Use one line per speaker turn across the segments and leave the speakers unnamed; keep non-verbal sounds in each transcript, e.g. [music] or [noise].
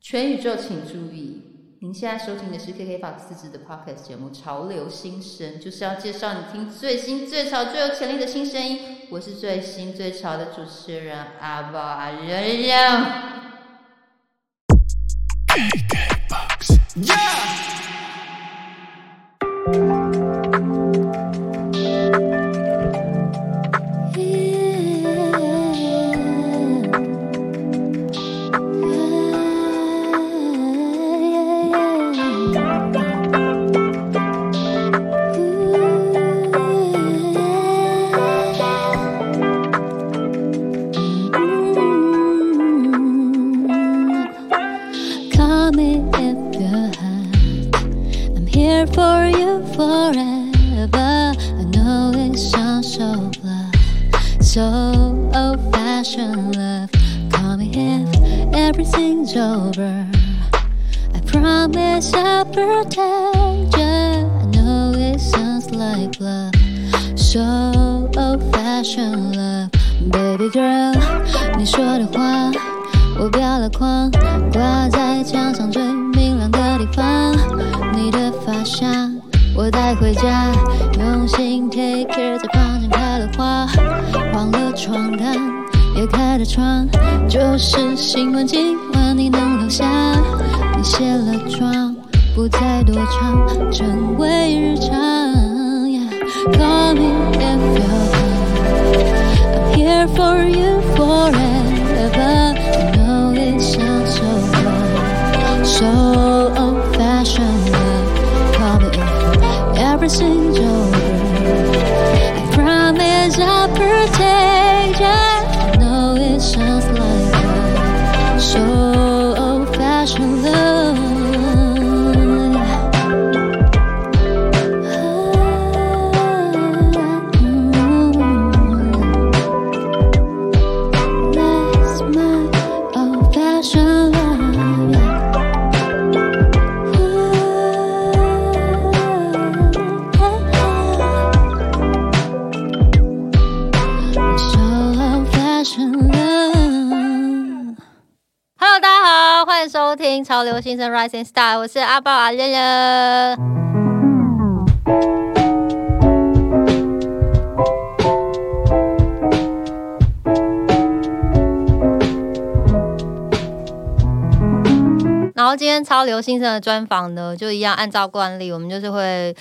全宇宙请注意，您现在收听的是 KK Box 自制的 Podcast 节目《潮流新声》，就是要介绍你听最新、最潮、最有潜力的新声音。我是最新最潮的主持人阿宝阿仁仁。
Call me if you're high. I'm here for you forever. I know it sounds so blah, so old fashioned love. Call me if everything's over. I promise I'll protect you. I know it sounds like love, so old fashioned love. Baby girl，你说的话我裱了框，挂在墙上最明亮的地方。你的发香我带回家，用心 take care，在房间开了花，换了床单，也开了窗，就是新闻今晚你能留下。你卸了妆，不再躲藏，成为日常。Yeah, call me if you're gone. I'm here for you forever. I know it sounds so wrong, so old fashioned. Call me if everything's over. I promise I'll protect you. I know it sounds like love, so old fashioned love. That's my old fashioned 啊 love.
Hello，大家好，欢迎收听潮流新生 Rising Star，我是阿豹阿任任。然后今天超流新生的专访呢，就一样按照惯例，我们就是会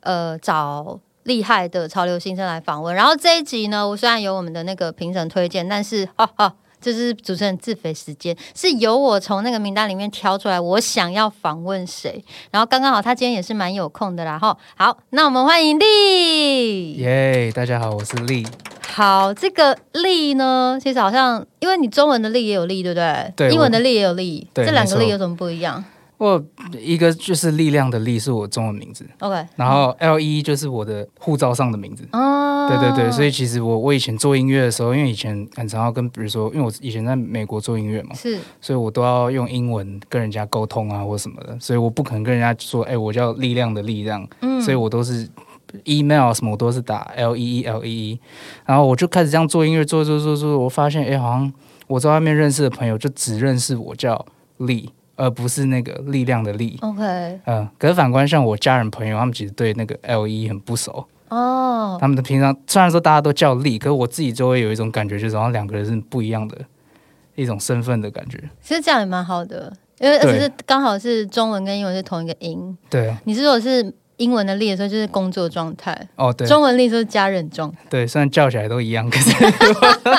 呃找厉害的潮流新生来访问。然后这一集呢，我虽然有我们的那个评审推荐，但是 [laughs] 哈哈。这是主持人自肥时间，是由我从那个名单里面挑出来，我想要访问谁，然后刚刚好他今天也是蛮有空的啦哈。好，那我们欢迎丽。
耶大家好，我是丽。
好，这个力呢，其实好像因为你中文的力也有力，对不对？
对
英
我
文的力也有力，
对
这两个
没
力
错
有什么不一样
我一个就是力量的力是我中文名字，
？OK，
然后 L E 就是我的护照上的名字。
哦，
对对对，所以其实我我以前做音乐的时候，因为以前很常要跟，比如说，因为我以前在美国做音乐嘛，
是
所以我都要用英文跟人家沟通啊或什么的，所以我不可能跟人家说，哎、我叫力量的力量，所以我都是 email 什么我都是打 L E E L E E，然后我就开始这样做音乐，做做做做，我发现，哎、好像我在外面认识的朋友就只认识我叫力，而不是那个力量的力。
OK，
嗯、可是反观像我家人朋友，他们其实对那个 L E 很不熟，
哦，
他们的平常虽然说大家都叫力，可是我自己就会有一种感觉，就是好像两个人是不一样的一种身份的感觉。
其实这样也蛮好的，因为而
对
且是刚好是中文跟英文是同一个音。
对啊，
你如果是英文的力的时候，就是工作状态；
哦对，
中文力就是家人状态。
对，虽然叫起来都一样，可是 [laughs]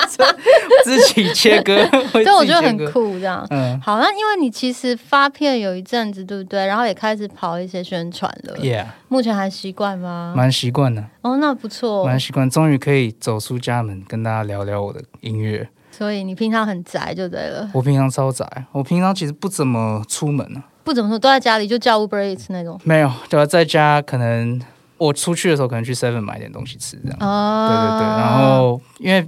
自己切
[laughs]
割，
所
所
以我觉得很。酷，这样。
嗯
好，那因为你其实发片有一阵子，对不对？然后也开始跑一些宣传了。
，Yeah，
目前还习惯吗？
蛮习惯的，
哦，那不错。
蛮习惯，终于可以走出家门，跟大家聊聊我的音乐。
所以你平常很宅就对了，
我平常超宅，我平常其实不怎么出门啊，
不怎么说都在家里就叫 Uber Eats 那种。
没有，对啊，在家可能我出去的时候，可能去 Seven 买点东西吃这样。对
哦，
对对，然后因为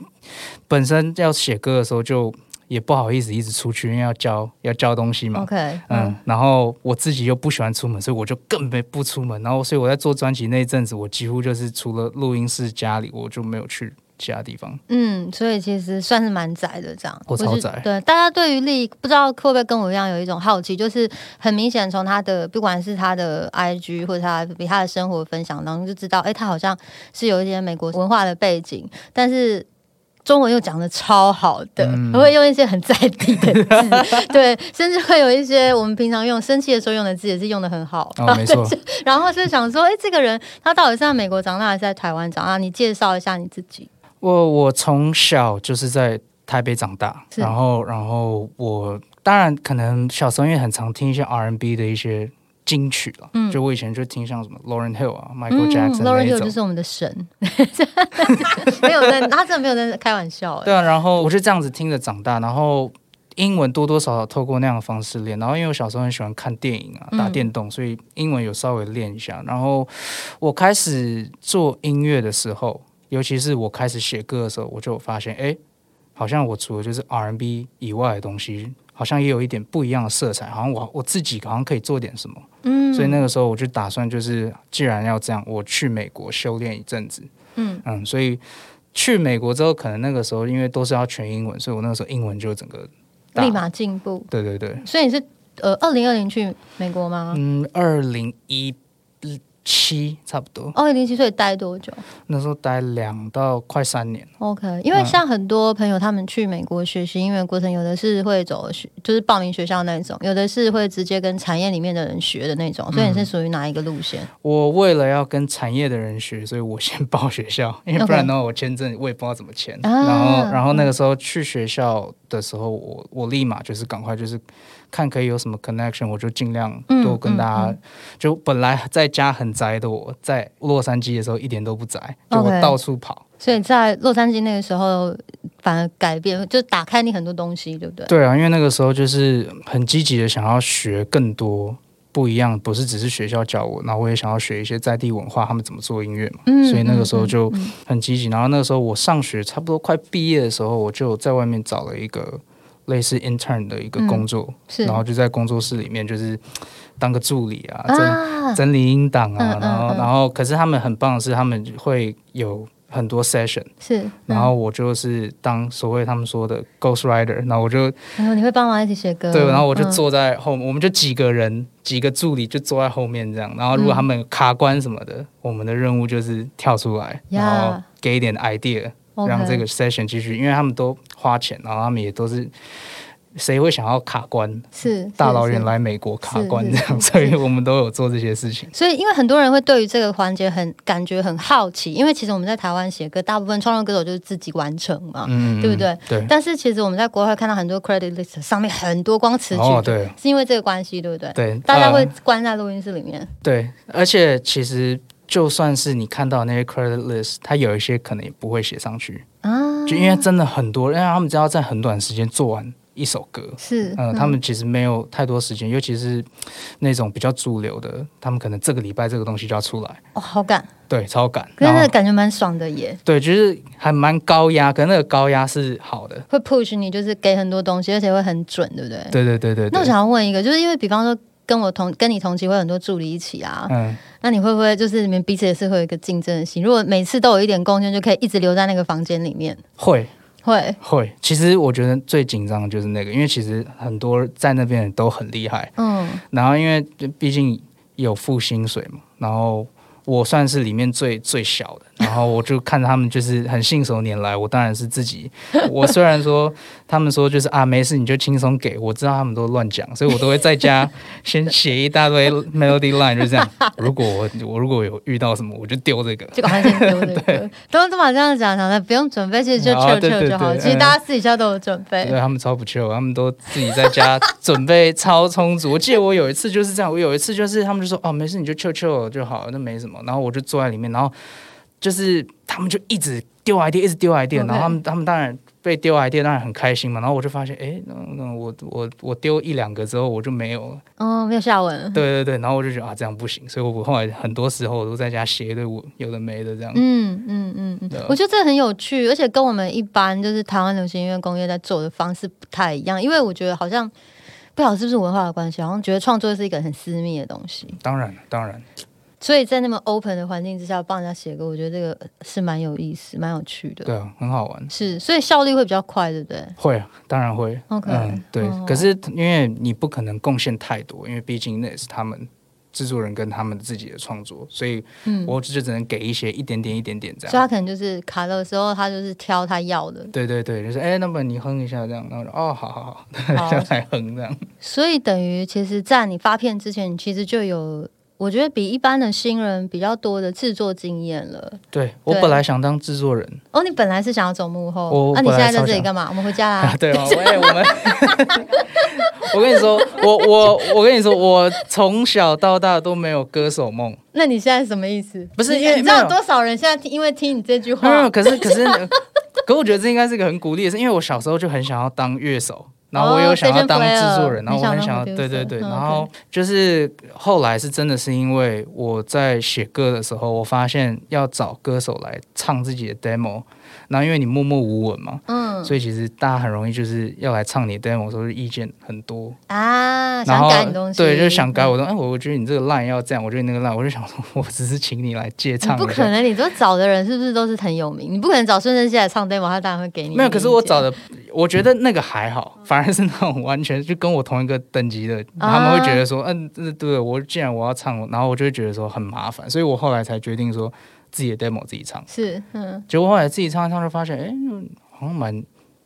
本身要写歌的时候就也不好意思一直出去，因为要交要交东西嘛。
OK，嗯
嗯，然后我自己又不喜欢出门，所以我就更没不出门。然后，所以我在做专辑那一阵子，我几乎就是除了录音室、家里，我就没有去其他地方。
嗯，所以其实算是蛮窄的这样。
我超
是
宅
对，大家对于力不知道会不会跟我一样有一种好奇，就是很明显从他的不管是他的 IG 或者他的 FB 他的生活分享当中就知道，哎、他好像是有一些美国文化的背景，但是。中文又讲的超好的，
嗯
还会用一些很在地的字， [laughs] 对，甚至会有一些我们平常用生气的时候用的字也是用的很好。
哦，没错，
然后就想说，哎、这个人他到底是在美国长大还是在台湾长大？你介绍一下你自己。
我我从小就是在台北长大，
是
然后然后我当然可能小时候因为很常听一些 R&B 的一些金曲了，
嗯
就我以前就听像什么 Lauren Hill 啊、Michael
嗯
Jackson 那
Lauren
一
Hill
种
就。是我们的神， [laughs] 没有在，他真的没有在开玩笑、
对
哎，
啊，然后我就这样子听着长大，然后英文多多少少透过那样的方式练。然后因为我小时候很喜欢看电影啊、
嗯
打电动，所以英文有稍微练一下。然后我开始做音乐的时候，尤其是我开始写歌的时候，我就有发现，哎，好像我除了就是 R&B 以外的东西。好像也有一点不一样的色彩，好像我我自己好像可以做点什么，
嗯
所以那个时候我就打算就是，既然要这样，我去美国修炼一阵子，
嗯
嗯，所以去美国之后，可能那个时候因为都是要全英文，所以我那个时候英文就整个大
立马进步。
对对对，
所以你是呃，二零二零去美国吗？
嗯，二零一七差不多，
二零零七岁待多久
那时候待两到快三年，
？OK，因为
嗯
像很多朋友他们去美国学习音乐过程，有的是会走学，就是报名学校那种，有的是会直接跟产业里面的人学的那种。所以你
嗯
是属于哪一个路线？
我为了要跟产业的人学，所以我先报学校， [laughs] 因为
OK
不然的话我签证我也不知道怎么签。
啊
然后，然后那个时候去学校的时候，我我立马就是赶快就是看可以有什么 connection，我就尽量
嗯
多跟大家。
嗯嗯
就本来在家很宅的我，在洛杉矶的时候一点都不宅，就
OK
我到处跑。
所以在洛杉矶那个时候，反而改变，就打开你很多东西，对不对？
对啊，因为那个时候就是很积极的想要学更多。不一样，不是只是学校教我，然后我也想要学一些在地文化，他们怎么做音乐嘛。
嗯
所以那个时候就
嗯嗯
很积极。然后那个时候我上学差不多快毕业的时候，我就在外面找了一个类似 intern 的一
嗯
个工作，
是，
然后就在工作室里面就是当个助理啊，整
啊，
整理音档啊，
嗯嗯
然后
嗯
然后可是他们很棒的是，他们会有很多 session，
是，嗯
然后我就是当所谓他们说的 ghost writer，然后我就
嗯然后你会帮忙一起写歌，
对，然后我就
嗯，
坐在后，我们就几个人，几个助理就坐在后面这样。然后
嗯
如果他们卡关什么的，我们的任务就是跳出来，
呀
然后给一点 idea，
OK
让这个 session 继续，因为他们都花钱，然后他们也都是。谁会想要卡关？
是
大老远。
是是
来美国卡
是
关
是
这样，所以我们都有做这些事情。
所以，因为很多人会对于这个环节很感觉很好奇，因为其实我们在台湾写歌，大部分创作歌手就是自己完成嘛。
嗯，
对不对？
对，
但是其实我们在国外看到很多 credit list 上面很多光词曲，
哦，对
是因为这个关系，对不对？
对，
大家
呃
会关在录音室里面，
对，而且其实就算是你看到那些 credit list，它有一些可能也不会写上去啊，就因为真的很多，因为他们只要在很短时间做完一首歌。
是，
嗯，他们其实没有太多时间，尤其是那种比较主流的，他们可能这个礼拜这个东西就要出来，
哦，好感，
对，超赶。
可是
然
那
后
个感觉蛮爽的耶，
对，就是还蛮高压，可能那个高压是好的。
会 push 你，就是给很多东西，而且会很准，对不对？
对对对对
那我
对。
想要问一个，就是因为比方说跟我同跟你同期会很多助理一起啊，
嗯，
那你会不会就是你们彼此也是会有一个竞争心？如果每次都有一点贡献，就可以一直留在那个房间里面，
会
会
会。其实我觉得最紧张的就是那个，因为其实很多在那边的人都很厉害，
嗯
然后因为毕竟有付薪水嘛，然后我算是里面最最小的，然后我就看他们就是很信手拈来，我当然是自己。我虽然说他们说就是啊没事你就轻松给，我知道他们都乱讲，所以我都会在家先写一大堆 melody line，就这样。如果我我如果有遇到什么，我就丢这个。
就赶快先丢
[laughs]
这个。都这么这样讲，讲的不用准备，其实就
哦
chill
对
chill
对
就好。
对
其实大家私底下都有准备。
对他们超不 chill，他们都自己在
[laughs]
家准备超充足。我记得我有一次就是这样，我有一次就是他们就说哦没事你就 chill chill 就好，那没什么。然后我就坐在里面，然后就是他们就一直丢 idea，一直丢 idea，
OK
然后他们他们当然。被丢 idea 当然很开心嘛，然后我就发现，哎，那那我我我丢一两个之后我就没有了，
嗯，没有下文。
对对对，然后我就觉得啊这样不行，所以我后来很多时候我都在家写一堆我有的没的这样，
嗯嗯嗯嗯
对啊，
我觉得这很有趣，而且跟我们一般就是台湾流行音乐工业在做的方式不太一样，因为我觉得好像不晓得是不是文化的关系，好像觉得创作是一个很私密的东西。
当然了当然，
所以在那么 open 的环境之下帮人家写歌，我觉得这个是蛮有意思、蛮有趣的。
对啊，很好玩。
是，所以效率会比较快，对不对？
会啊，当然会。
OK，
嗯，对。
哦
可是因为你不可能贡献太多，因为毕竟那也是他们制作人跟他们自己的创作，所以
嗯，
我就只能给一些一点点一点点这
所以他
样。
可能就是卡了的时候，他就是挑他要的。
对对对，就是哎、那么你哼一下这样，然后我就哦，好好好， [laughs]
好
这样来哼这样。
所以等于其实，在你发片之前，你其实就有。我觉得比一般的新人比较多的制作经验了。
对我
对
本来想当制作人，
哦，你本来是想要走幕后，啊
我
那、你现
本来
在在
超
这里
想
干嘛？我们回家啊
[laughs]。
啦
对哦，我哎我们，我跟你说，我我我跟你说，我从小到大都没有歌手梦。
那你现在什么意思？
不是
你
因为
你知道
没
有
有
多少人现在听因为听你这句
[laughs] 没有没
话
有，，可是可是，可我觉得这应该是一个很鼓励的事，因为我小时候就很想要当乐手，然后我有想要当制作人，
哦
然后我很
你想当
想要，对
producer，
对对，
嗯
然后就是后来是真的是因为我在写歌的时候，我发现要找歌手来唱自己的 demo，然后因为你默默无闻嘛。
嗯
所以其实大家很容易就是要来唱你的 demo 的时候，意见很多，
啊，
然
想
后
改你东西，嗯
对，就是想改我的。哎，我我觉得你这个烂要这样，我觉得你那个烂，我就想说， [laughs] 我只是请你来借
你
唱一下。
不可能，你说找的人是不是都是很有名？你不可能找孙正熙来唱 demo，他当然会给你。
没有，可是我找的，我觉得那个还好，反而是那种完全就跟我同一个等级的，
啊
他们会觉得说，嗯，对对，我既然我要唱，然后我就会觉得说很麻烦，所以我后来才决定说自己的 demo 自己唱。
是，嗯
结果后来自己唱一唱，就发现，哎，嗯好像蛮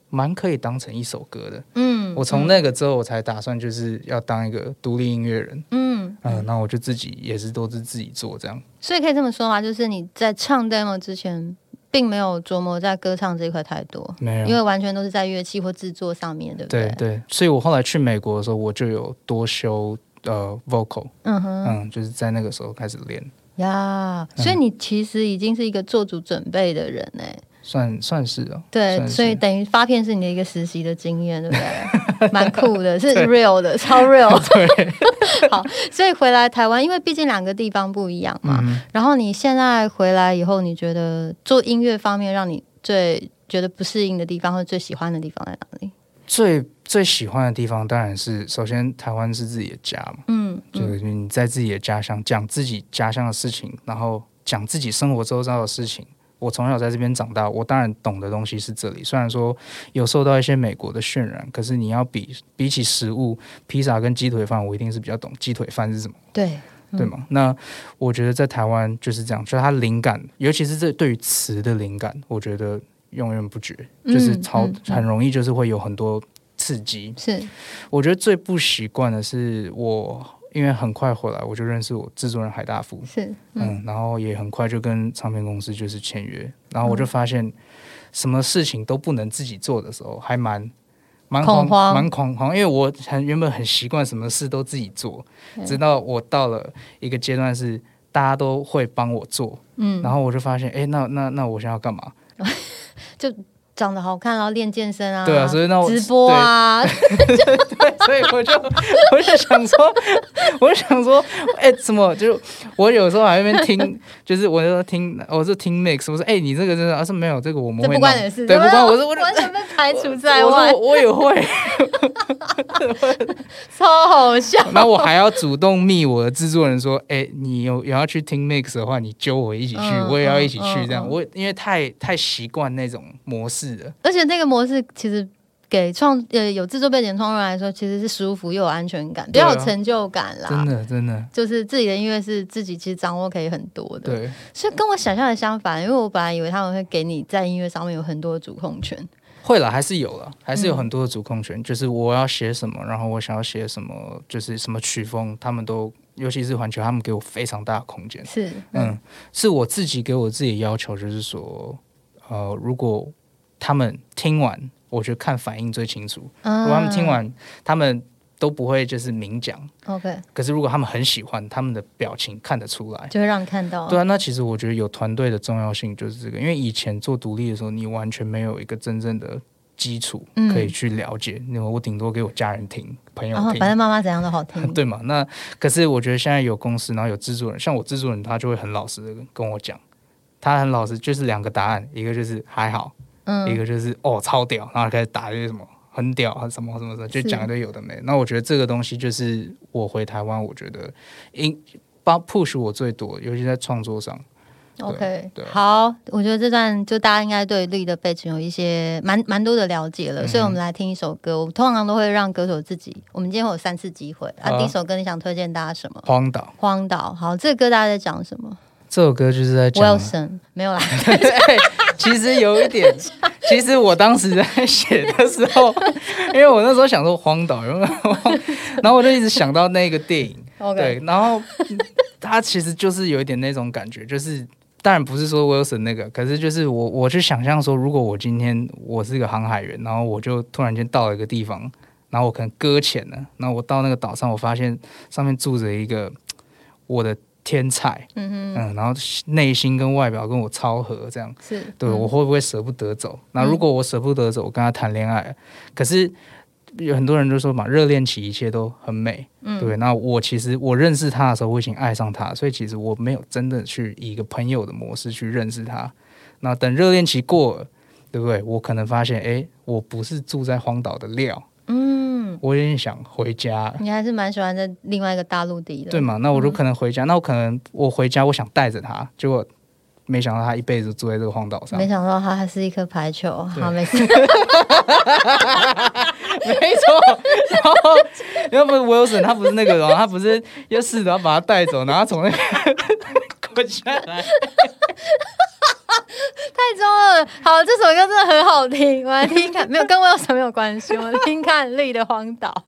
蛮可以当成一首歌的。
嗯，
我从那个之后，我才打算就是要当一个独立音乐人。
嗯，
嗯，那我就自己也是都是自己做这样。
所以可以这么说吗？就是你在唱 demo 之前，并没有琢磨在歌唱这一块太多，
没有
因为完全都是在乐器或制作上面，对不
对
对？
对，所以我后来去美国的时候，我就有多修呃 vocal，
嗯哼
嗯，就是在那个时候开始练。
呀，所以
嗯
你其实已经是一个做足准备的人哎、
算算是哦，
对，
算是
所以等于发片是你的一个实习的经验，对不对？
[laughs]
蛮酷的，是 real 的，超 real。好， [laughs] 所以回来台湾，因为毕竟两个地方不一样嘛。
嗯，
然后你现在回来以后，你觉得做音乐方面让你最觉得不适应的地方，或者最喜欢的地方在哪里？
最最喜欢的地方当然是，首先台湾是自己的家嘛，
嗯，
就
嗯
是你在自己的家乡讲自己家乡的事情，然后讲自己生活周遭的事情。我从小在这边长大，我当然懂的东西是这里。虽然说有受到一些美国的渲染，可是你要比比起食物，披萨跟鸡腿饭，我一定是比较懂鸡腿饭是什么。
对，
对
嗯
吗？那我觉得在台湾就是这样，就是它灵感，尤其是这对于词的灵感，我觉得永远不绝，
嗯
就是超、
嗯嗯
很容易，就是会有很多刺激。
是
我觉得最不习惯的是我，因为很快回来，我就认识我制作人海大福，
是，嗯，
嗯，然后也很快就跟唱片公司就是签约，然后我就
嗯
发现什么事情都不能自己做的时候，还蛮蛮
恐
慌
慌
蛮恐慌，因为我很原本很习惯什么事都自己做，直到我到了一个阶段是大家都会帮我做，嗯，然后我就发现，哎，那那那我想要干嘛？
长得好看，然后练健身啊，
对啊，所以那我
直播啊，
[laughs] 所以我就我就想说，我就想说，哎、怎么就我有时候还在那边听，就是我就听，我是听 mix，我说哎、你这个真的，啊、是没有这个我
[laughs]
们
这不
会弄
关你的事，
对，不关我是我就
完全被排除在
我
外
说，我也会，
超好笑。
然后我还要主动密我的制作人说，哎、你有有要去听 mix 的话，你揪我一起去，
嗯
我也要一起去
嗯
这样，
嗯
我因为太太习惯那种模式了，
而且那个模式其实给创呃有制作背景的创作人来说，其实是舒服又有安全感，比
对啊
较有成就感啦
真。的真的，
就是自己的音乐是自己其实掌握可以很多的，
对，
所以跟我想象的相反，因为我本来以为他们会给你在音乐上面有很多的主控权，
会了，还是有了，还是有很多的主控权，就是我要写什么，然后我想要写什么，就是什么曲风，他们都，尤其是环球，他们给我非常大的空间。
是，
嗯，是我自己给我自己的要求，就是说，呃，如果他们听完，我觉得看反应最清楚。如
嗯
果他们听完，他们都不会就是明讲，
，OK，
可是如果他们很喜欢，他们的表情看得出来。
就会让你看到，
对啊，那其实我觉得有团队的重要性就是这个，因为以前做独立的时候，你完全没有一个真正的基础
嗯
可以去了解，那、我顶多给我家人听、朋友
然后
听
反，正妈妈怎样都好
[laughs]
听，
对嘛？那可是我觉得现在有公司，然后有制作人，像我制作人他就会很老实的跟我讲，他很老实，就是两个答案，一个就是还好，一
嗯，
个就是哦超屌，然后开始打一些什么。很屌啊，什么什么什么，就是讲一堆有的没。那我觉得这个东西就是我回台湾，我觉得音帮 push 我最多，尤其在创作上。
OK，
对
好，我觉得这段就大家应该对绿的背景有一些蛮蛮多的了解
嗯
了，所以我们来听一首歌。我通常都会让歌手自己，我们今天会有三次机会啊。
好啊
第一首歌你想推荐大家什么？
荒岛
荒岛。好，这个歌大家在讲什么
这首歌就是在讲，
？Wilson 没有啦，
对，其实有一点，其实我当时在写的时候， [laughs] 因为我那时候想说荒岛， [laughs] 然后然后我就一直想到那个电影， [laughs] 对
OK，，
然后它其实就是有一点那种感觉，就是当然不是说 Wilson 那个，可是就是我我去想象说，如果我今天我是一个航海员，然后我就突然间到了一个地方，然后我可能搁浅了，然后我到那个岛上，我发现上面住着一个我的天才，嗯嗯，然后内心跟外表跟我超合这样。
是
对我会不会舍不得走？那如果我舍不得走，我跟他谈恋爱了，可是有很多人就说嘛，热恋期一切都很美，对。那我其实我认识他的时候，我已经爱上他，所以其实我没有真的去以一个朋友的模式去认识他。那等热恋期过了，对不对？我可能发现，哎，我不是住在荒岛的料，
嗯，
我有点想回家了。
你还是蛮喜欢在另外一个大陆地的，
对嘛？那我就可能回家，那我可能我回家，我想带着他，结果没想到他一辈子住在这个荒岛上
没。想到它还是一颗排球，
对
好，没事。
没错。然后，要不是 Wilson，他不是那个人，他不是要试着要把他带走，然后从那个滚下来。
太中二了，好，这首歌真的很好听，我来听听看，没有跟我有什么有关系，我们听看绿的荒岛。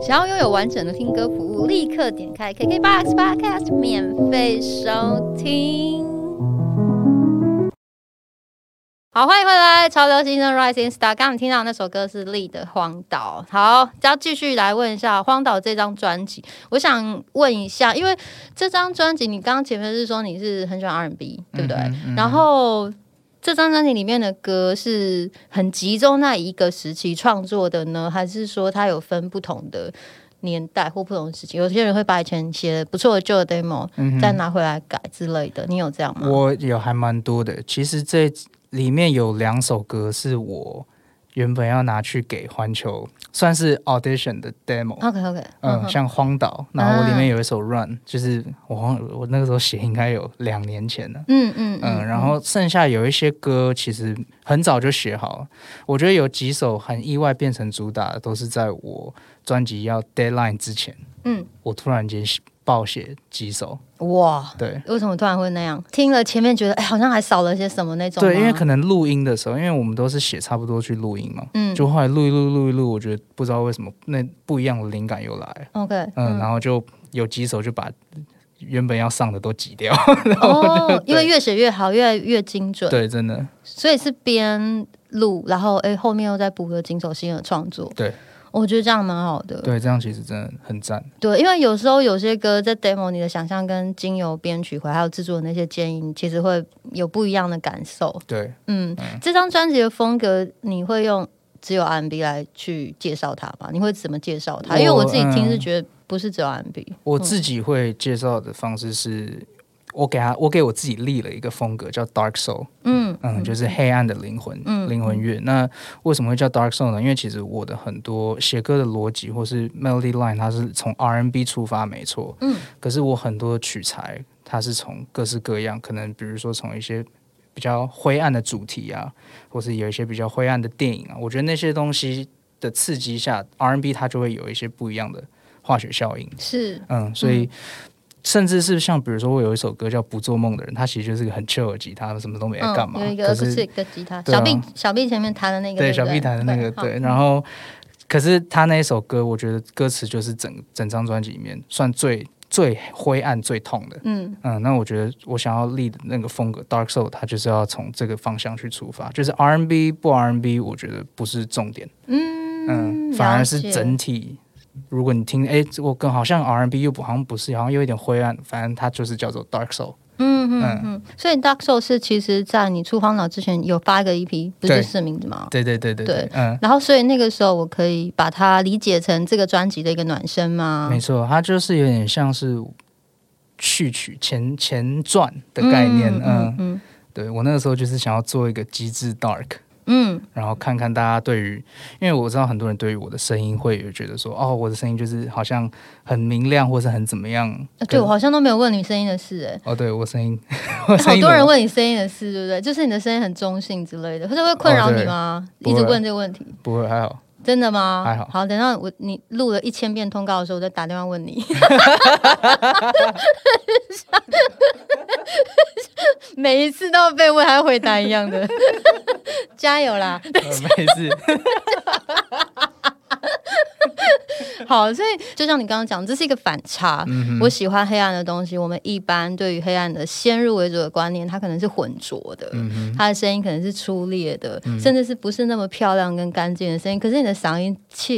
想要拥有完整的听歌服务，立刻点开 KKBOX Podcast 免费收听。好，欢迎回来，潮流新生 Rising Star。刚刚听到那首歌是《力的荒岛》。好，要继续来问一下《荒岛》这张专辑，我想问一下，因为这张专辑，你刚刚前面是说你是很喜欢 R&B，对不对？
嗯哼嗯哼
然后这张专辑里面的歌是很集中在一个时期创作的呢，还是说它有分不同的年代或不同的时期？有些人会把以前写的不错的旧的 demo
嗯
再拿回来改之类的，你有这样吗？
我有还蛮多的，其实这里面有两首歌是我原本要拿去给环球，算是 audition 的 demo。
OK OK，嗯
嗯，
哼，
像《荒岛》，然后我里
啊
面有一首《Run》，就是我好像我那个时候写应该有两年前了。
嗯嗯
嗯，然后剩下有一些歌其实很早就写好了，我觉得有几首很意外变成主打的，都是在我专辑要 deadline 之前，
嗯，
我突然间暴写几首，
哇，
对。
为什么突然会那样？听了前面觉得哎，好像还少了些什么那种吗，
对，因为可能录音的时候，因为我们都是写差不多去录音嘛，
嗯
就后来录一录录一录，我觉得不知道为什么那不一样的灵感又来，
OK，
嗯，然后就有几首就把原本要上的都挤掉，
哦，因为越写越好，越来越精准，
[laughs] 对，真的，
所以是边录，然后哎、后面又再补了几首新的创作。
对
我觉得这样蛮好的。
对，这样其实真的很赞，
对，因为有时候有些歌在 demo 你的想象跟经由编曲回来还有制作的那些建议，其实会有不一样的感受。
对，
嗯，这张专辑的风格你会用只有 R&B 来去介绍它吗？你会怎么介绍它？因为
我
我自己听是
嗯
觉得不是只有 R&B。
我自己会介绍的方式是，我给他，我给我自己立了一个风格叫 Dark Soul，
嗯
嗯，就是黑暗的灵魂，
嗯
灵魂乐。那为什么会叫 Dark Soul 呢？因为其实我的很多写歌的逻辑或是 melody line，它是从 R&B 出发，没错，
嗯，
可是我很多取材，它是从各式各样，可能比如说从一些。比较灰暗的主题啊，或是有一些比较灰暗的电影啊，我觉得那些东西的刺激下，R&B 它就会有一些不一样的化学效应。
是
嗯，所以甚至是像比如说，我有一首歌叫《不做梦的人》，他其实就是个很 chill 的吉他，什么都没在干嘛。
嗯、有一
可
个 acoustic
是
的吉他，
对啊
小 B 小 B 前面弹的那个，
对
不
小 B 弹的那个
好
对，然后可是他那一首歌，我觉得歌词就是整整张专辑里面算最最灰暗、最痛的。
嗯，
嗯，那我觉得我想要立的那个风格 Dark Soul，它就是要从这个方向去出发，就是 R&B 不 R&B，我觉得不是重点，嗯反而是
了解
整体。如果你听，哎，我跟好像 R&B 又不好像不是，好像有一点灰暗，反正它就是叫做 Dark Soul。
嗯嗯
嗯
嗯，所以 Dark Soul 是其实在你出荒岛之前有发一个 EP，不是
对
是名字吗？
对对对对
对
嗯，
然后所以那个时候我可以把它理解成这个专辑的一个暖身吗？
没错，它就是有点像是序曲前前传的概念。嗯，
嗯，
对我那个时候就是想要做一个极致 Dark，
嗯
然后看看大家对于，因为我知道很多人对于我的声音会有觉得说，哦，我的声音就是好像很明亮，或是很怎么样。
呃对我好像都没有问你声音的事、哎。
哦，对我声音， [laughs] 我哦声
好
音
多
怎么
人问你声音的事，对不对？就是你的声音很中性之类的，或者会困扰你吗？
哦对
一直
不会啊
问这个问题，
不会还好，
真的吗？
还好
等到我你录了一千遍通告的时候，我再打电话问
[laughs]
你。每一次都被问，还要回答一样的， [laughs] 加油啦！
呃没事。 [laughs]
好，所以就像你刚刚讲，这是一个反差。
嗯
我喜欢黑暗的东西，我们一般对于黑暗的先入为主的观念，它可能是浑浊的，
嗯
它的声音可能是粗劣的，甚至是不是那么漂亮跟干净的声音。可是你的嗓音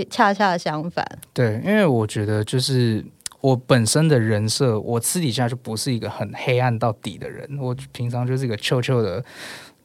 恰恰恰相反，
对，因为我觉得就是我本身的人设，我私底下就不是一个很黑暗到底的人，我平常就是一个臭臭的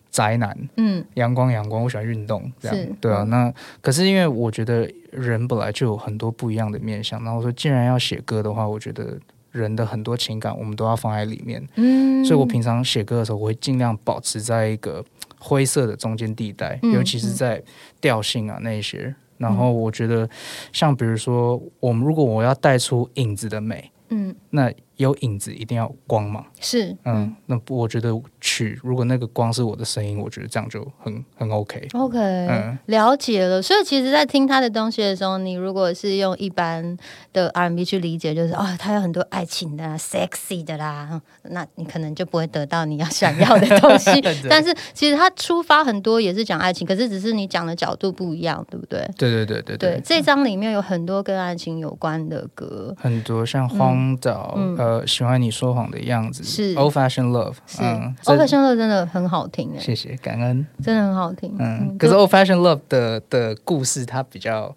宅男，
嗯，
阳光阳光，我喜欢运动，这
是
样对啊。那可是因为我觉得人本来就有很多不一样的面相，然后说既然要写歌的话，我觉得人的很多情感我们都要放在里面，
嗯，
所以我平常写歌的时候，我会尽量保持在一个灰色的中间地带，
嗯
尤其是在调性啊那一些。然后我觉得，像比如说，我们如果我要带出影子的美，
嗯
那有影子一定要有光嘛，
是
嗯，那我觉得曲如果那个光是我的声音，我觉得这样就很很 OK。
OK，、
嗯
了解了。所以其实，在听他的东西的时候，你如果是用一般的 R&B 去理解，就是啊、他有很多爱情的啦、sexy 啊的啦，那你可能就不会得到你要想要的东西
[laughs] 对。
但是其实他出发很多也是讲爱情，可是只是你讲的角度不一样，对不对？
对对对对
对，这张里面有很多跟爱情有关的歌，
很多像荒岛，
嗯
呃，喜欢你说谎的样子，
是
Old Fashion Love，
是哦
嗯
《
这
o k 香乐》真的很好听哎，
谢谢感恩。
真的很好听。
嗯，可是 old fashion love 的的故事，它比较，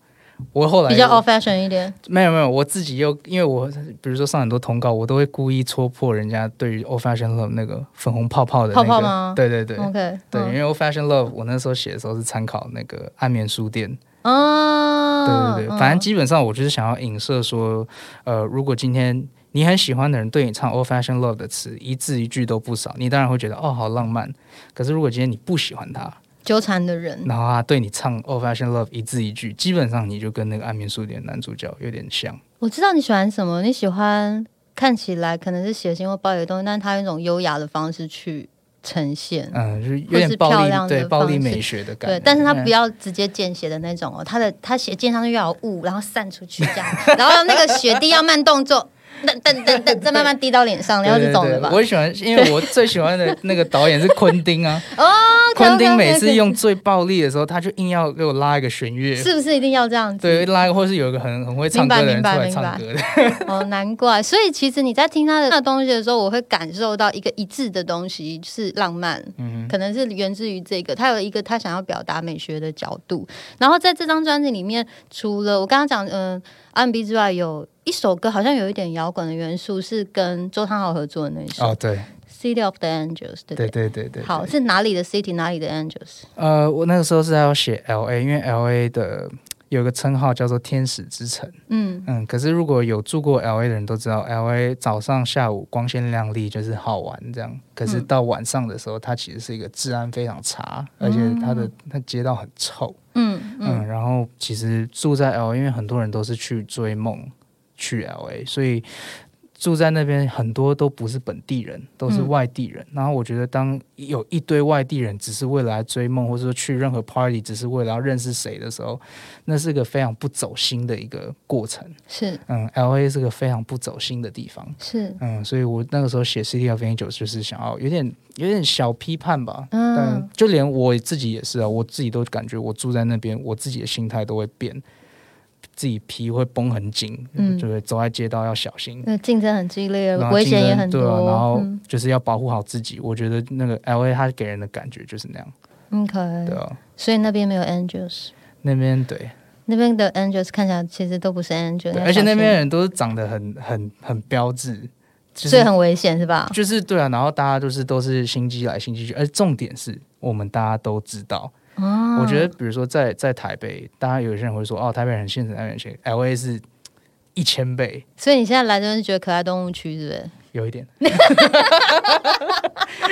我后来
比较
我
old fashion 一点，
没有没有，我自己又因为我比如说上很多通告，我都会故意戳破人家对于 old fashion love 那个粉红泡泡的、那
泡
个、
泡吗
对对对。
OK，
对，因
嗯
为 Old Fashion Love，我那时候写的时候是参考那个安眠书店，对
啊，
对对，
嗯
反正基本上我就是想要影射说，呃，如果今天你很喜欢的人对你唱 Old Fashion Love 的词，一字一句都不少，你当然会觉得哦好浪漫，可是如果今天你不喜欢他，
纠缠的人。
然后他对你唱《Old Fashion Love》一字一句，基本上你就跟那个《暗眠书店》男主角有点像。
我知道你喜欢什么，你喜欢看起来可能是血腥或暴力的东西，但是它用一种优雅的方式去呈现。
嗯，就是有点暴
或是漂
力，
亮的
对暴力
方式
美学的感觉。
对，但是它
嗯
不要直接见血的那种哦，它的它血溅上去要有雾，然后散出去这样，
[laughs]
然后那个血滴要慢动作，噔噔噔噔，再慢慢滴到脸上，你要
对
这
对
种的
对
吧？
我喜欢，因为我最喜欢的那个导演是昆汀啊。
[laughs] 哦，
昆汀每次用最暴力的时候，他就硬要给我拉一个
[laughs]
弦乐，
是不是一定要这样子？
对，拉一个或是有一个很很会唱歌的人
明
出
白
来
明白
唱歌的。
[laughs] 哦，难怪。所以其实你在听他的那东西的时候，我会感受到一个一致的东西是浪漫，
嗯
可能是源自于这个，他有一个他想要表达美学的角度。然后在这张专辑里面，除了我刚刚讲嗯 R&B 之外，有一首歌好像有一点摇滚的元素，是跟周汤豪合作的那一首《
哦，对，
City of the Angels》，对不对？
对对对对。对
好，，是哪里的 City，哪里的 Angels？
呃，我那个时候是要写 L A，因为 L A 的有一个称号叫做“天使之城”。
嗯，
嗯，可是如果有住过 L A 的人都知道，L A 早上下午光鲜亮丽，就是好玩这样。可是到晚上的时候，它其实是一个治安非常差，而且它的它街道很臭。
嗯
嗯，然后其实住在 L A，因为很多人都是去追梦去 L A，所以住在那边很多都不是本地人，都是
嗯
外地人。然后我觉得，当有一堆外地人只是为了来追梦，或者说去任何 party 只是为了要认识谁的时候，那是个非常不走心的一个过程。
是
嗯，L A 是个非常不走心的地方。
是，
嗯，所以我那个时候写《City of Angels》就是想要有点有点小批判吧，但
嗯
就连我自己也是啊，我自己都感觉我住在那边，我自己的心态都会变，自己皮会绷很紧，
嗯
就会走在街道要小心，
那竞争很激烈，
然后
危
竞
险也
争
很多。
对啊，然后
嗯
就是要保护好自己。我觉得那个 L A 它给人的感觉就是那样，
OK，
对啊，
所以那边没有 angels，
那边对，
那边的 angels 看起来其实都不是 angels，
对而且那边人都是长得很很很标志，就
所以
是
很危险是吧？
就是对啊，然后大家就是都是心机来心机去，而重点是我们大家都知道。
啊，
我觉得比如说在在台北，大家有些人会说哦，台北人很现实，台北人很现实，L A 是一千倍，
所以你现在来这边是觉得可爱动物区是不是？
有一点。 [laughs]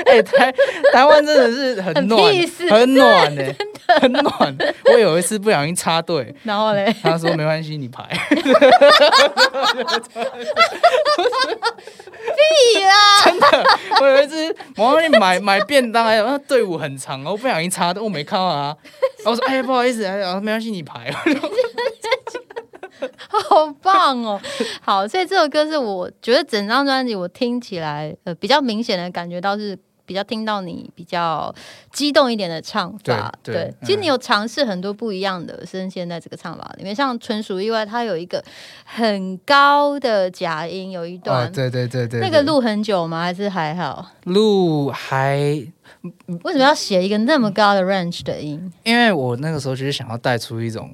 哎、台台湾真的是很暖，
很 peace，
很暖呢、欸很暖。我有一次不小心插队，
然后
[laughs]
嘞，[laughs]
他说没关系，你排。
屁
[laughs]
啦！
我有一次我要去买买便当，哎，那队伍很长，我不小心插队，我没看到他。然后我说哎、不好意思，哎，然后没关系，你排。
好棒哦！好，所以这首歌是我觉得整张专辑我听起来，呃，比较明显的感觉到是比较听到你比较激动一点的唱法。
对对嗯
其实你有尝试很多不一样的声线在这个唱法里面，像《纯属意外》，它有一个很高的假音，有一段。
哦对对对对
那个录很久吗？还是还好？
路还
为什么要写一个那么高的 range 的音？
因为我那个时候就是想要带出一种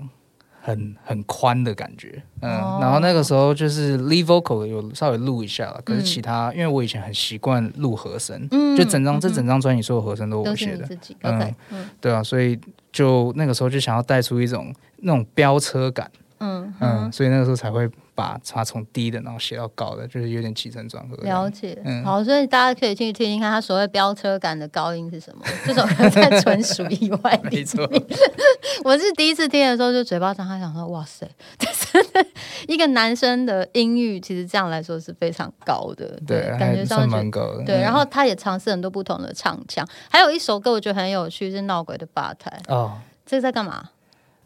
很很宽的感觉，嗯，
哦
然后那个时候就是 lead vocal 有稍微录一下了，可是
嗯
其他、因为我以前很习惯录和声，
嗯
就整张、这
嗯嗯
整张专辑所有和声都
都
我
是
写
你
的，
自己。
嗯
OK，嗯
对啊，所以就那个时候就想要带出一种那种飙车感，
嗯
嗯，
嗯，
所以那个时候才会把它从低的然后写到高的，就是有点起承转合这样。
了解。
嗯
好，所以大家可以去听听看他所谓飙车感的高音是什
[laughs]
么。这首歌在《纯属意外》
没
里，
错，
[laughs] 我是第一次听的时候就嘴巴张开，想说哇塞， [laughs] 这真的一个男生的音域其实这样来说是非常高的，
对，
感觉
还
上去觉得
算蛮高的。
对，
嗯
然后他也尝试很多不同的唱腔，还有一首歌我觉得很有趣，是《闹鬼的吧台》，
哦，
这个在干嘛？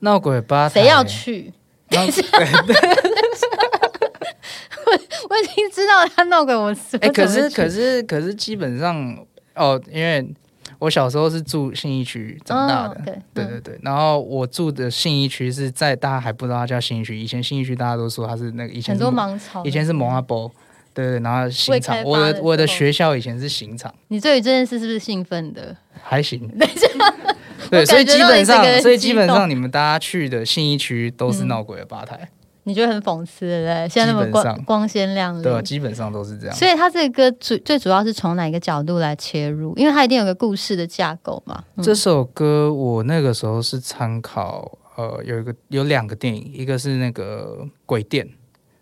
闹鬼吧台，
谁要去？ [laughs]
闹？ [laughs]
我已经知道他闹鬼，我 [laughs] 死。
哎、
我
可
怎么
是
去
可是可是，基本上哦，因为我小时候是住信义区长大的，
哦，OK，
对
嗯
对对。然后我住的信义区是在大家还不知道它叫信义区，以前信义区大家都说它是那个以前
很
是
多
蒙
芒草，
以前是蒙阿波，对对。然后刑
未
场，
开发
我
的
的我的
时候
学校以前是刑场，
你对于这件事是不是兴奋的？
还行。对，
我
所以
感觉
基
到
本
你整个人
上，所以
激
基本
动
上你们大家去的信义区都是
嗯
闹鬼的吧台，
你觉得很讽刺，对不对？现在那么
基本
光
上
光鲜亮
对吧？啊
丽，
基本上都是这样。
所以它这个歌主最主要是从哪一个角度来切入？因为它一定有个故事的架构嘛。 [laughs] 嗯
这首歌我那个时候是参考呃有一个有两个电影，一个是那个《鬼店》，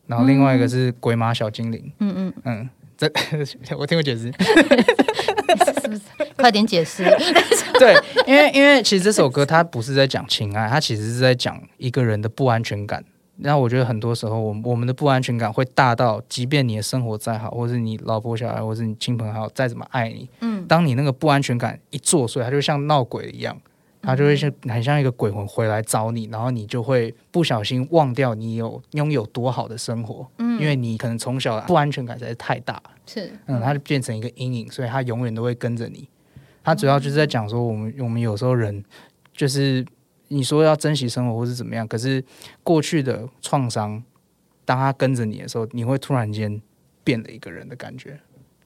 然后另外一个是《鬼马小精灵》。
嗯嗯，
嗯，这 [laughs] 我听过解释。
是不是？ [laughs] 快点解释。
[laughs] 对，因为因为其实这首歌它不是在讲情爱，它其实是在讲一个人的不安全感。然后我觉得很多时候，我们我们的不安全感会大到，即便你的生活再好，或是你老婆、小孩，或是你亲朋好友再怎么爱你，
嗯，
当你那个不安全感一作祟，它就像闹鬼一样，它就会像
嗯
很像一个鬼魂回来找你，然后你就会不小心忘掉你有拥有多好的生活，
嗯
因为你可能从小不安全感实在是太大了，
是
嗯，它就变成一个阴影，所以它永远都会跟着你。它主要就是在讲说，我们我们有时候人就是你说要珍惜生活或是怎么样，可是过去的创伤，当它跟着你的时候，你会突然间变了一个人的感觉。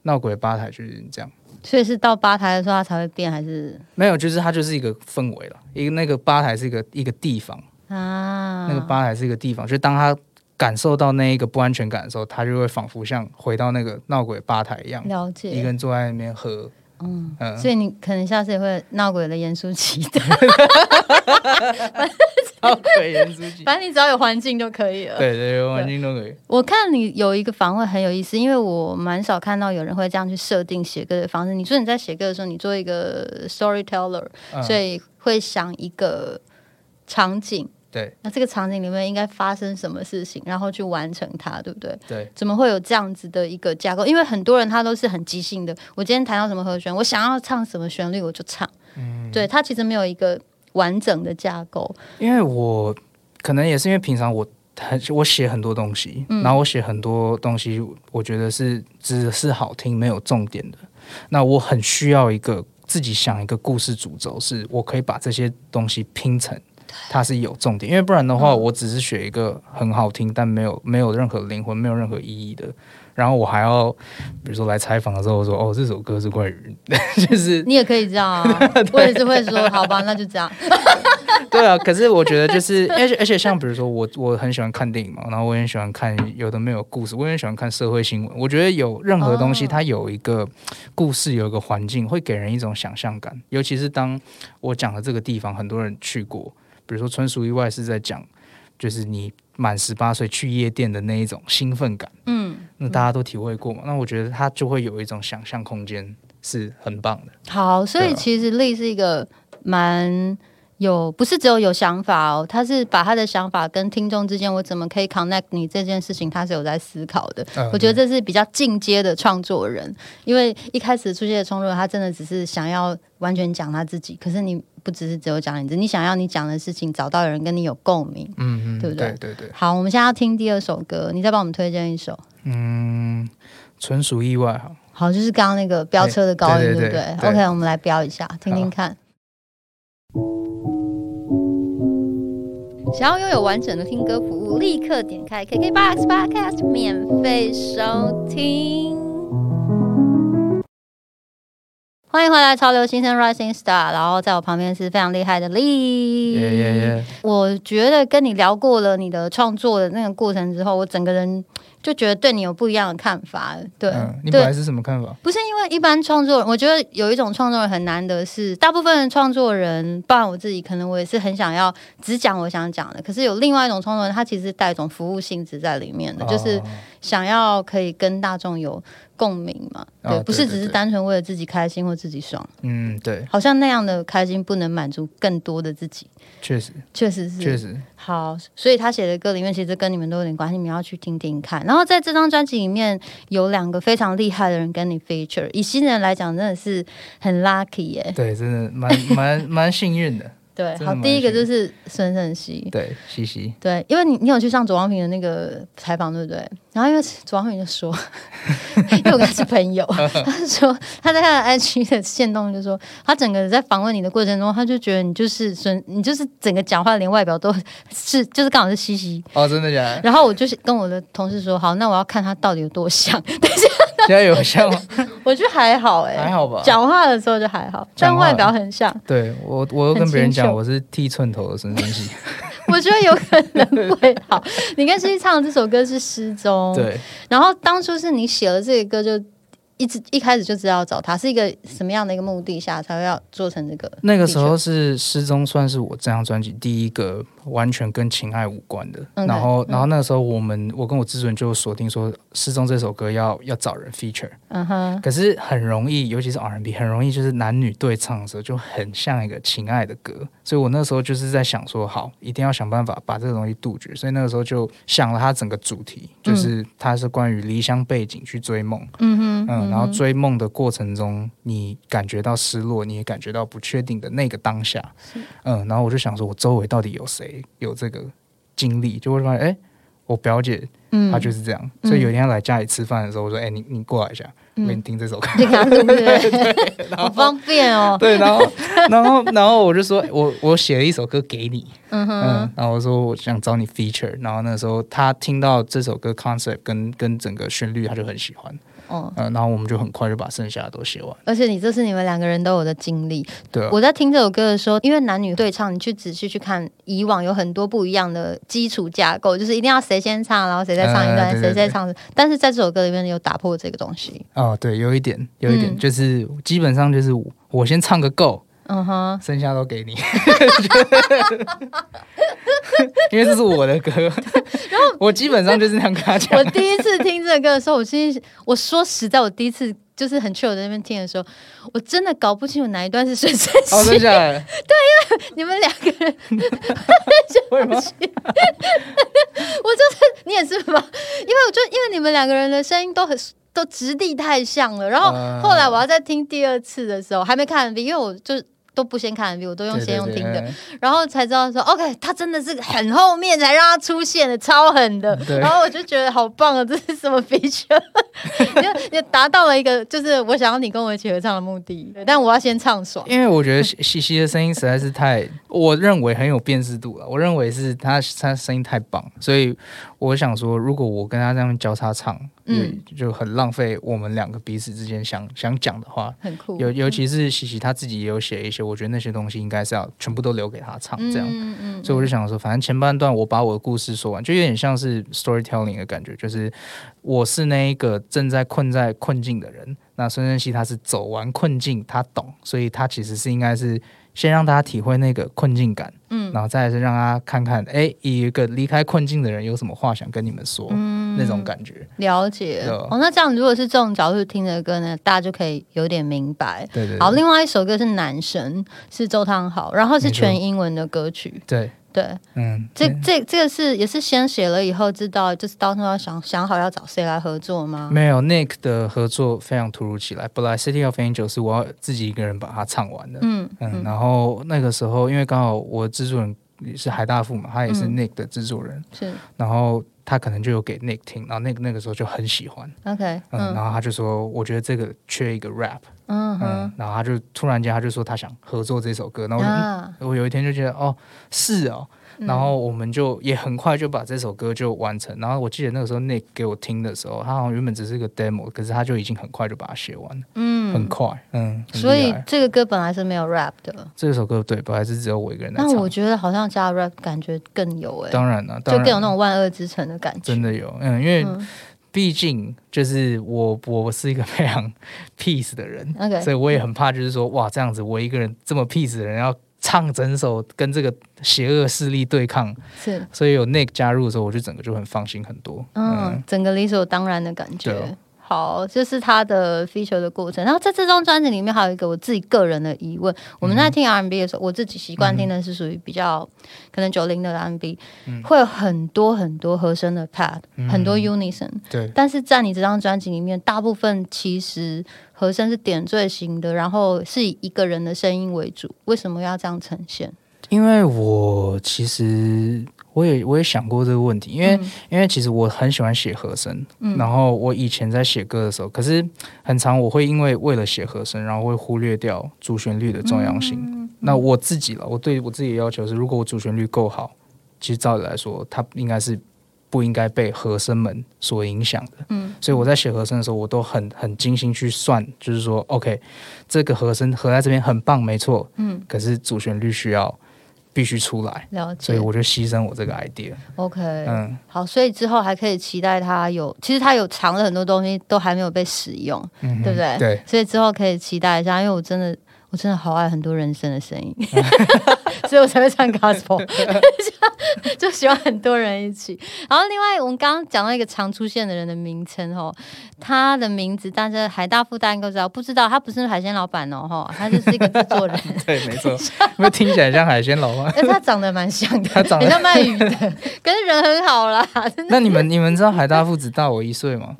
闹鬼吧台就是这样。
所以是到吧台的时候它才会变，还是
没有，就是它就是一个氛围了，一个那个吧台是一个一个地方，
啊？
那个吧台是一个地方，就当他感受到那一个不安全感的时候，他就会仿佛像回到那个闹鬼吧台一样，
了
一
解
个。人坐在那边喝，嗯
所以你可能下次也会闹鬼的严肃期待， [laughs]
闹鬼人出去，
反正你只要有环境就可以了。
[laughs] 对对，环境都可以，
我看你有一个访问很有意思，因为我蛮少看到有人会这样去设定写歌的方式。你说你在写歌的时候，你做一个 storyteller，、
嗯
所以会想一个场景，
对
那这个场景里面应该发生什么事情，然后去完成它，对不对？
对
怎么会有这样子的一个架构？因为很多人他都是很即兴的，我今天谈到什么和弦，我想要唱什么旋律我就唱，
嗯
对他其实没有一个完整的架构，
因为我可能也是因为平常我很我写很多东西，
嗯
然后我写很多东西，我觉得是只是好听没有重点的。那我很需要一个自己想一个故事主轴，是我可以把这些东西拼成。它是有重点，因为不然的
嗯
话，我只是写一个很好听，但没有没有任何灵魂，没有任何意义的。然后我还要，比如说来采访的时候，我说哦，这首歌是关于， [laughs] 就是
你也可以这
[laughs]
样啊，我也是会说好吧，那就这样，
[laughs] 对啊，可是我觉得
[laughs]
就是，而且而且像比如说我我很喜欢看电影嘛，然后我也很喜欢看有的没有故事，我也很喜欢看社会新闻。我觉得有任何东西，
哦
它有一个故事，有一个环境，会给人一种想象感。尤其是当我讲的这个地方，很多人去过，比如说《纯属意外》是在讲。就是你满十八岁去夜店的那一种兴奋感，
嗯，
那大家都体会过嘛。那我觉得它就会有一种想象空间，是很棒的。
好，所
对
以
啊
其实丽是一个蛮有，不是只有有想法哦，她是把她的想法跟听众之间，我怎么可以 connect 你这件事情，她是有在思考的。
嗯
我觉得这是比较进阶的创作人，因为一开始出现的冲突，他真的只是想要完全讲他自己，可是你不只是只有讲你自己，你想要你讲的事情找到有人跟你有共鸣。
嗯嗯，
对不对
对对对，
好，我们现在要听第二首歌，你再帮我们推荐一首。
嗯，纯属意外哈。
好，就是刚刚那个飙车的高音，
哎对
不
对
对
对对
o k 我们来飙一下，听听看。想要拥有完整的听歌服务，立刻点开 KKBOX Podcast 免费收听。欢迎回来，潮流新生 Rising Star，然后在我旁边是非常厉害的丽。
耶耶耶！
我觉得跟你聊过了你的创作的那个过程之后，我整个人就觉得对你有不一样的看法。对，
嗯，你
对
本来是什么看法？
不是因为一般创作人，我觉得有一种创作人很难得是，大部分的创作人，包含我自己，可能我也是很想要只讲我想讲的。可是有另外一种创作人，他其实带一种服务性质在里面的，嗯就是
哦
想要可以跟大众有共鸣嘛。
哦
对，
对
不是
对
只是
对
单纯为了自己开心或自己爽，
嗯，对，
好像那样的开心不能满足更多的自己。
确实
确实是，[laughs]
确实，
好，所以他写的歌里面其实跟你们都有点关系，你们要去听听看。然后在这张专辑里面有两个非常厉害的人跟你 feature，以新人来讲真的是很 lucky 耶、
对，真的蛮蛮蛮幸运
[laughs]
的。
对，
真的
好，
蛮
第一个
幸运
就是孙胜熙，
对，嘻嘻，
对，因为你你有去上左光平的那个采访，对不对？然后因为左光平就说， [laughs] 因为我跟他是朋
[laughs]
友，他就说他在他的 IG 的线动就说，他整个在访问你的过程中，他就觉得你就是孙，你就是整个讲话连外表都是就是刚好是西西。
哦，真的假的？
[laughs] 然后我就是跟我的同事说，好，那我要看他到底有多像。 [laughs] 但是
现在有像吗？
我觉得还好哎、
还好吧。
[laughs] 讲话的时候就还好，但
讲话
外表很像， [laughs]
对我，我都跟别
很
人
清
讲
秀
我是剃寸头的孙生
[laughs]
熙。
我觉得有可能会好。 [laughs] 你跟西西唱的这首歌是《失踪》，
对，
然后当初是你写了这个歌就。一直一开始就知道要找他，是一个什么样的一个目的下才会要做成这个？
那个时候是《失踪》，算是我这张专辑第一个完全跟情爱无关的。
OK，
然后
嗯，
然后那个时候我们，我跟我制作人就锁定说，《失踪》这首歌要要找人 feature，
嗯哼，
可是很容易，尤其是 R&B，很容易就是男女对唱的时候就很像一个情爱的歌。所以我那时候就是在想说，好，一定要想办法把这个东西杜绝。所以那个时候就想了它整个主题，就是它是关于离乡背景去追梦。
嗯哼，
嗯，然后追梦的过程中，你感觉到失落，你也感觉到不确定的那个当下，嗯，然后我就想说，我周围到底有谁有这个经历？就会发现，哎，我表姐
嗯
她就是这样，所以有一天她来家里吃饭的时候，我说，哎，你你过来一下，我给你听这首歌。
就给他录对
[laughs]
不对？好方便哦，
对，然后，然后，然后我就说，我我写了一首歌给你，
嗯
嗯
哼，，
然后我说我想找你 feature，然后那时候他听到这首歌 concept 跟跟整个旋律，他就很喜欢，
哦，
嗯，然后我们就很快就把剩下的都写完，
而且你这是你们两个人都有的经历，
对啊，
我在听这首歌的时候，因为男女对唱，你去仔细去看，以往有很多不一样的基础架构，就是一定要谁先唱，然后谁再唱一段，
嗯对
谁
对
再
对
唱。但是在这首歌里面有打破这个东西。
哦，对，有一点，有一点，
嗯
就是基本上就是我我先唱个够，
嗯哼，
剩下都给你，因为这是我的歌。然后我基本上就是那样跟他讲
我，第一次听这个歌的时候，我心里我说实在，我第一次就是很 chill 地在那边听的时候，我真的搞不清楚哪一段是谁谁
哦，
谁。
剩下来了，
你们两个人，
为什么？
我就是你也是吧？ [laughs] 因为我就因为你们两个人的声音都很。都质地太像了，然后
嗯
后来我要再听第二次的时候，还没看 MV，因为我就都不先看 MV，我都用
对
先用听的，，
对对
然后才知道说，OK，他真的是很后面才让他出现的，超狠的。
对
然后我就觉得好棒啊，这是什么 feature？你就你达到了一个就是我想要你跟我一起合唱的目的，对但我要先唱爽。
因为我觉得 [laughs] 西西西的声音实在是太，我认为很有辨识度啊了。我认为是他他声音太棒，所以我想说，如果我跟他这样交叉唱，
嗯
嗯，就很浪费我们两个彼此之间想想讲的话。
很酷，
尤尤其是西西他自己也有写一些，我觉得那些东西应该是要全部都留给他唱这样。
嗯嗯
所以我就想说，反正前半段我把我的故事说完，就有点像是 storytelling 的感觉，就是我是那一个正在困在困境的人，那孙胜熙他是走完困境，他懂，所以他其实是应该是先让大家体会那个困境感，
嗯
然后再来是让他看看，哎，以一个离开困境的人有什么话想跟你们说，
嗯
那种感觉。
了解
对
哦，那这样如果是这种角度听的歌呢，大家就可以有点明白。
对对
好，
对，
另外一首歌是《男神》，是周汤豪，然后是
没错
全英文的歌曲。
对，
对，
嗯，
这
嗯
这这个是也是先写了以后知道，就是当时要想想好要找谁来合作吗？
没有 Nick 的合作非常突如其来，本来《City of Angels》是我要自己一个人把它唱完的，
嗯
嗯，然后那个时候因为刚好我制作人是海大富嘛，他也是
嗯
Nick 的制作人，
是
然后他可能就有给 Nick 听，然后 Nick 那个时候就很喜欢，
OK，
嗯，
嗯
然后他就说我觉得这个缺一个 rap，
嗯
嗯
哼，
然后他就突然间他就说他想合作这首歌，然后我就、嗯
啊，
我有一天就觉得哦是哦，
嗯
然后我们就也很快就把这首歌就完成，然后我记得那个时候 Nick 给我听的时候，他好像原本只是个 demo，可是他就已经很快就把它写完了，很
嗯，
快，嗯，很
所
厉
以
害
这个歌本来是没有 rap 的，
这首歌对本来是只有我一个人在
但
唱，
我觉得好像加 rap 感觉更有哎、
当然了，
就
当然
更有那
了
种万恶之城的感觉。
真的有，嗯，因为
嗯
毕竟就是我我是一个非常 peace 的人，
，OK，
所以我也很怕，就是说，哇，这样子我一个人这么 peace 的人要唱整首跟这个邪恶势力对抗，
是
所以有 Nick 加入的时候，我就整个就很放心很多。
嗯
嗯，，
整个理所当然的感
对
觉
哦。
好，这是他的 feature 的过程。然后在这张专辑里面，还有一个我自己个人的疑问。我
嗯
们在听 R&B 的时候，我自己习惯听的是属于比较可能九零的 R&B，、会有很多很多和声的 pad，、
嗯
很多 unison。
对，
但是在你这张专辑里面，大部分其实和声是点缀型的，然后是以一个人的声音为主。为什么要这样呈现？
因为我其实我也我也想过这个问题，因为、
嗯
因为其实我很喜欢写和声，然后我以前在写歌的时候，可是很常我会因为为了写和声，然后会忽略掉主旋律的重要
嗯
性。那我自己了，我对我自己的要求是，如果我主旋律够好，其实照理来说，它应该是不应该被和声们所影响的。
嗯，
所以我在写和声的时候，我都很很精心去算，就是说，OK，这个和声合在这边很棒，没错，
嗯，
可是主旋律需要必须出来，
了
所以
解
我就牺牲我这个 idea。
，OK，
嗯，
[laughs] 好，所以之后还可以期待它有，其实它有藏了很多东西，都还没有被使用，
嗯哼
对不对？
对，
所以之后可以期待一下，因为我真的。我真的好爱很多人声的
[laughs]
声音，所以我才会唱 gospel，就喜欢很多人一起。然后另外，我们刚刚讲到一个常出现的人的名称哦，他的名字大家海大富大家应该都知道，不知道他不是海鲜老板哦，哈，他就是一个制作人，
[laughs] 对，没
[laughs]
错，因为听起来像海鲜老外。
但他长得蛮像的，
他长
很
得，
像卖鱼的，可是人很好啦，真的
那你们你们知道海大父只大我一岁吗？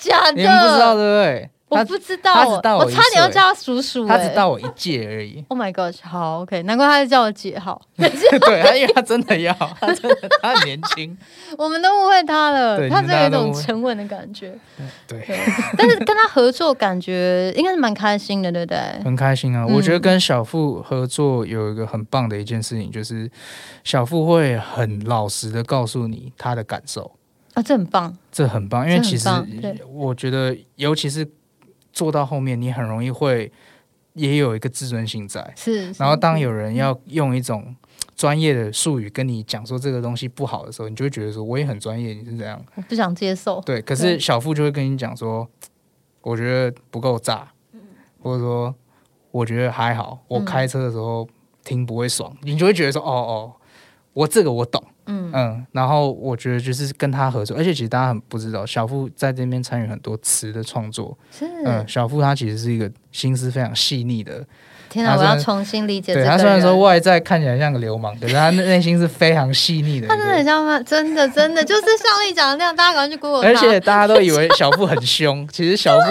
假的？
你们不知道对
我
不对？
不知道，
他只大我
我
一
差点要
岁
叫他叔叔、欸，。
他他只大我一届而已
Oh
[laughs]
my god！好，OK，难怪他叫我姐。好，
对，他因为他真
[laughs]
的要，他真的他很年轻。
我们都误会他了。
对
他真的有一
你
种
们大家都误会
沉稳的感觉，
对，
对。 [laughs] 但是跟他合作，感觉应该是蛮开心的，对不对？
很开心啊！
嗯
我觉得跟小付合作有一个很棒的一件事情，就是小付会很老实的告诉你他的感受，
啊，这很棒。
这很棒。因为
这很
其实
棒对
我觉得，尤其是做到后面，你很容易会也有一个自尊心在。
是，
然后当有人要用一种专业的术语跟你讲说这个东西不好的时候，你就会觉得说我也很专业，你是怎样？
我不想接受。
对，可
对
是小付就会跟你讲说，我觉得不够炸，
嗯
或者说我觉得还好，我开车的时候听不会爽，你就会觉得说哦哦，我这个我懂。嗯然后我觉得就是跟他合作，而且其实大家很不知道，小付在这边参与很多词的创作。
是，
嗯，小付他其实是一个心思非常细腻的
天哪！
他
我
虽
要
然
重新理解这
对
个
他虽然说
人
外在看起来像个流氓，可是他内内心是非常细腻的
[laughs]
一
他真的很
个。
像吗？真的，真
[laughs]
的就是像你讲的那样，大家赶快去 Google [laughs] 他。
而且大家都以为小布很凶，其实小布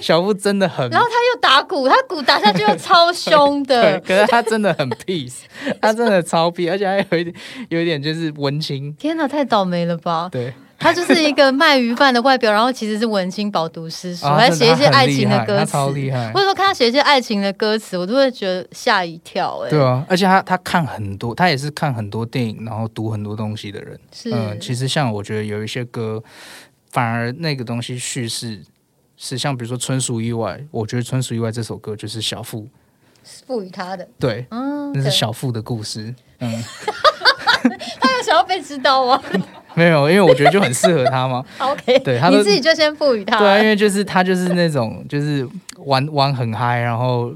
小布真的很，
然后他又打鼓，他鼓打下去又超凶
[laughs] 对
的，。
可是他真的很 peace，他 [laughs] 真的超 peace，而且还有一点有一点就是文青，
天哪，太倒霉了吧！
对，
他就是一个卖鱼饭的外表，然后其实是文青饱读诗书，
啊
还
真的
写一些
他很
爱
厉
情
害
的歌
他
词。
超厉害
我，有时候看他写一些爱情的歌词，我都会觉得吓一跳、哎，
对啊，而且他他看很多，他也是看很多电影，然后读很多东西的人，
是，
嗯，其实像我觉得有一些歌，反而那个东西叙事是像比如说《纯属意外》，我觉得《纯属意外》这首歌就是小付
赋予他的，
对，
嗯，
那是
对
小付的故事。嗯，
他有想要被知道吗 [laughs]
没有，因为我觉得就很适合他嘛。
好？OK，
对他都
你自己
啊
就先赋予他，
对啊，因为就是他就是那种就是玩玩很嗨，然后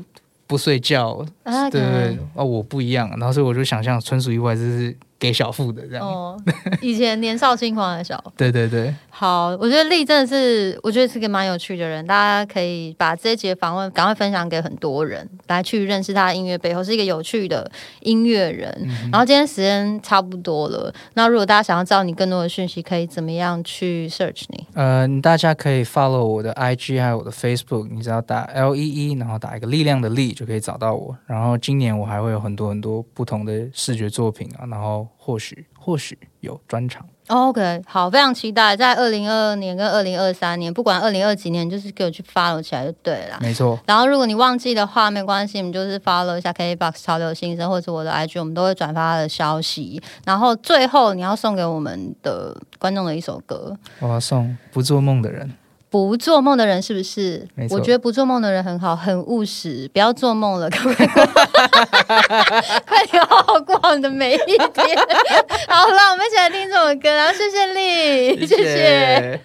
不睡觉，
啊，
对对对
可能，
哦，我不一样，然后所以我就想象纯属意外，就是给小付的这样，
哦，以前年少轻狂的时候，
对对对，
好，我觉得丽真的是，我觉得是个蛮有趣的人，大家可以把这一集的访问赶快分享给很多人，来去认识他的音乐背后是一个有趣的音乐人。然后今天时间差不多了，那如果大家想要知道你更多的讯息，可以怎么样去 search 你？
呃，你大家可以 follow 我的 IG 还有我的 Facebook，你只要打 L E E，然后打一个力量的力就可以找到我。然后今年我还会有很多很多不同的视觉作品啊，然后或许或许有专场。
OK，好，非常期待在二零二二年跟二零二三年，不管二零二几年，就是给我去 follow 起来就对了啦。
没错，
然后，如果你忘记的话，没关系，你就是 follow 一下 KBox 潮流新生或者我的 IG，我们都会转发他的消息。然后最后，你要送给我们的观众的一首歌，
我要送不做梦的人。
不做梦的人是不是
没？错
我觉得不做梦的人很好，很务实，不要做梦了，可
[laughs]
不可以过？快点好好过你的每一天。好了，我们一起来听这首歌，然后谢谢丽，谢谢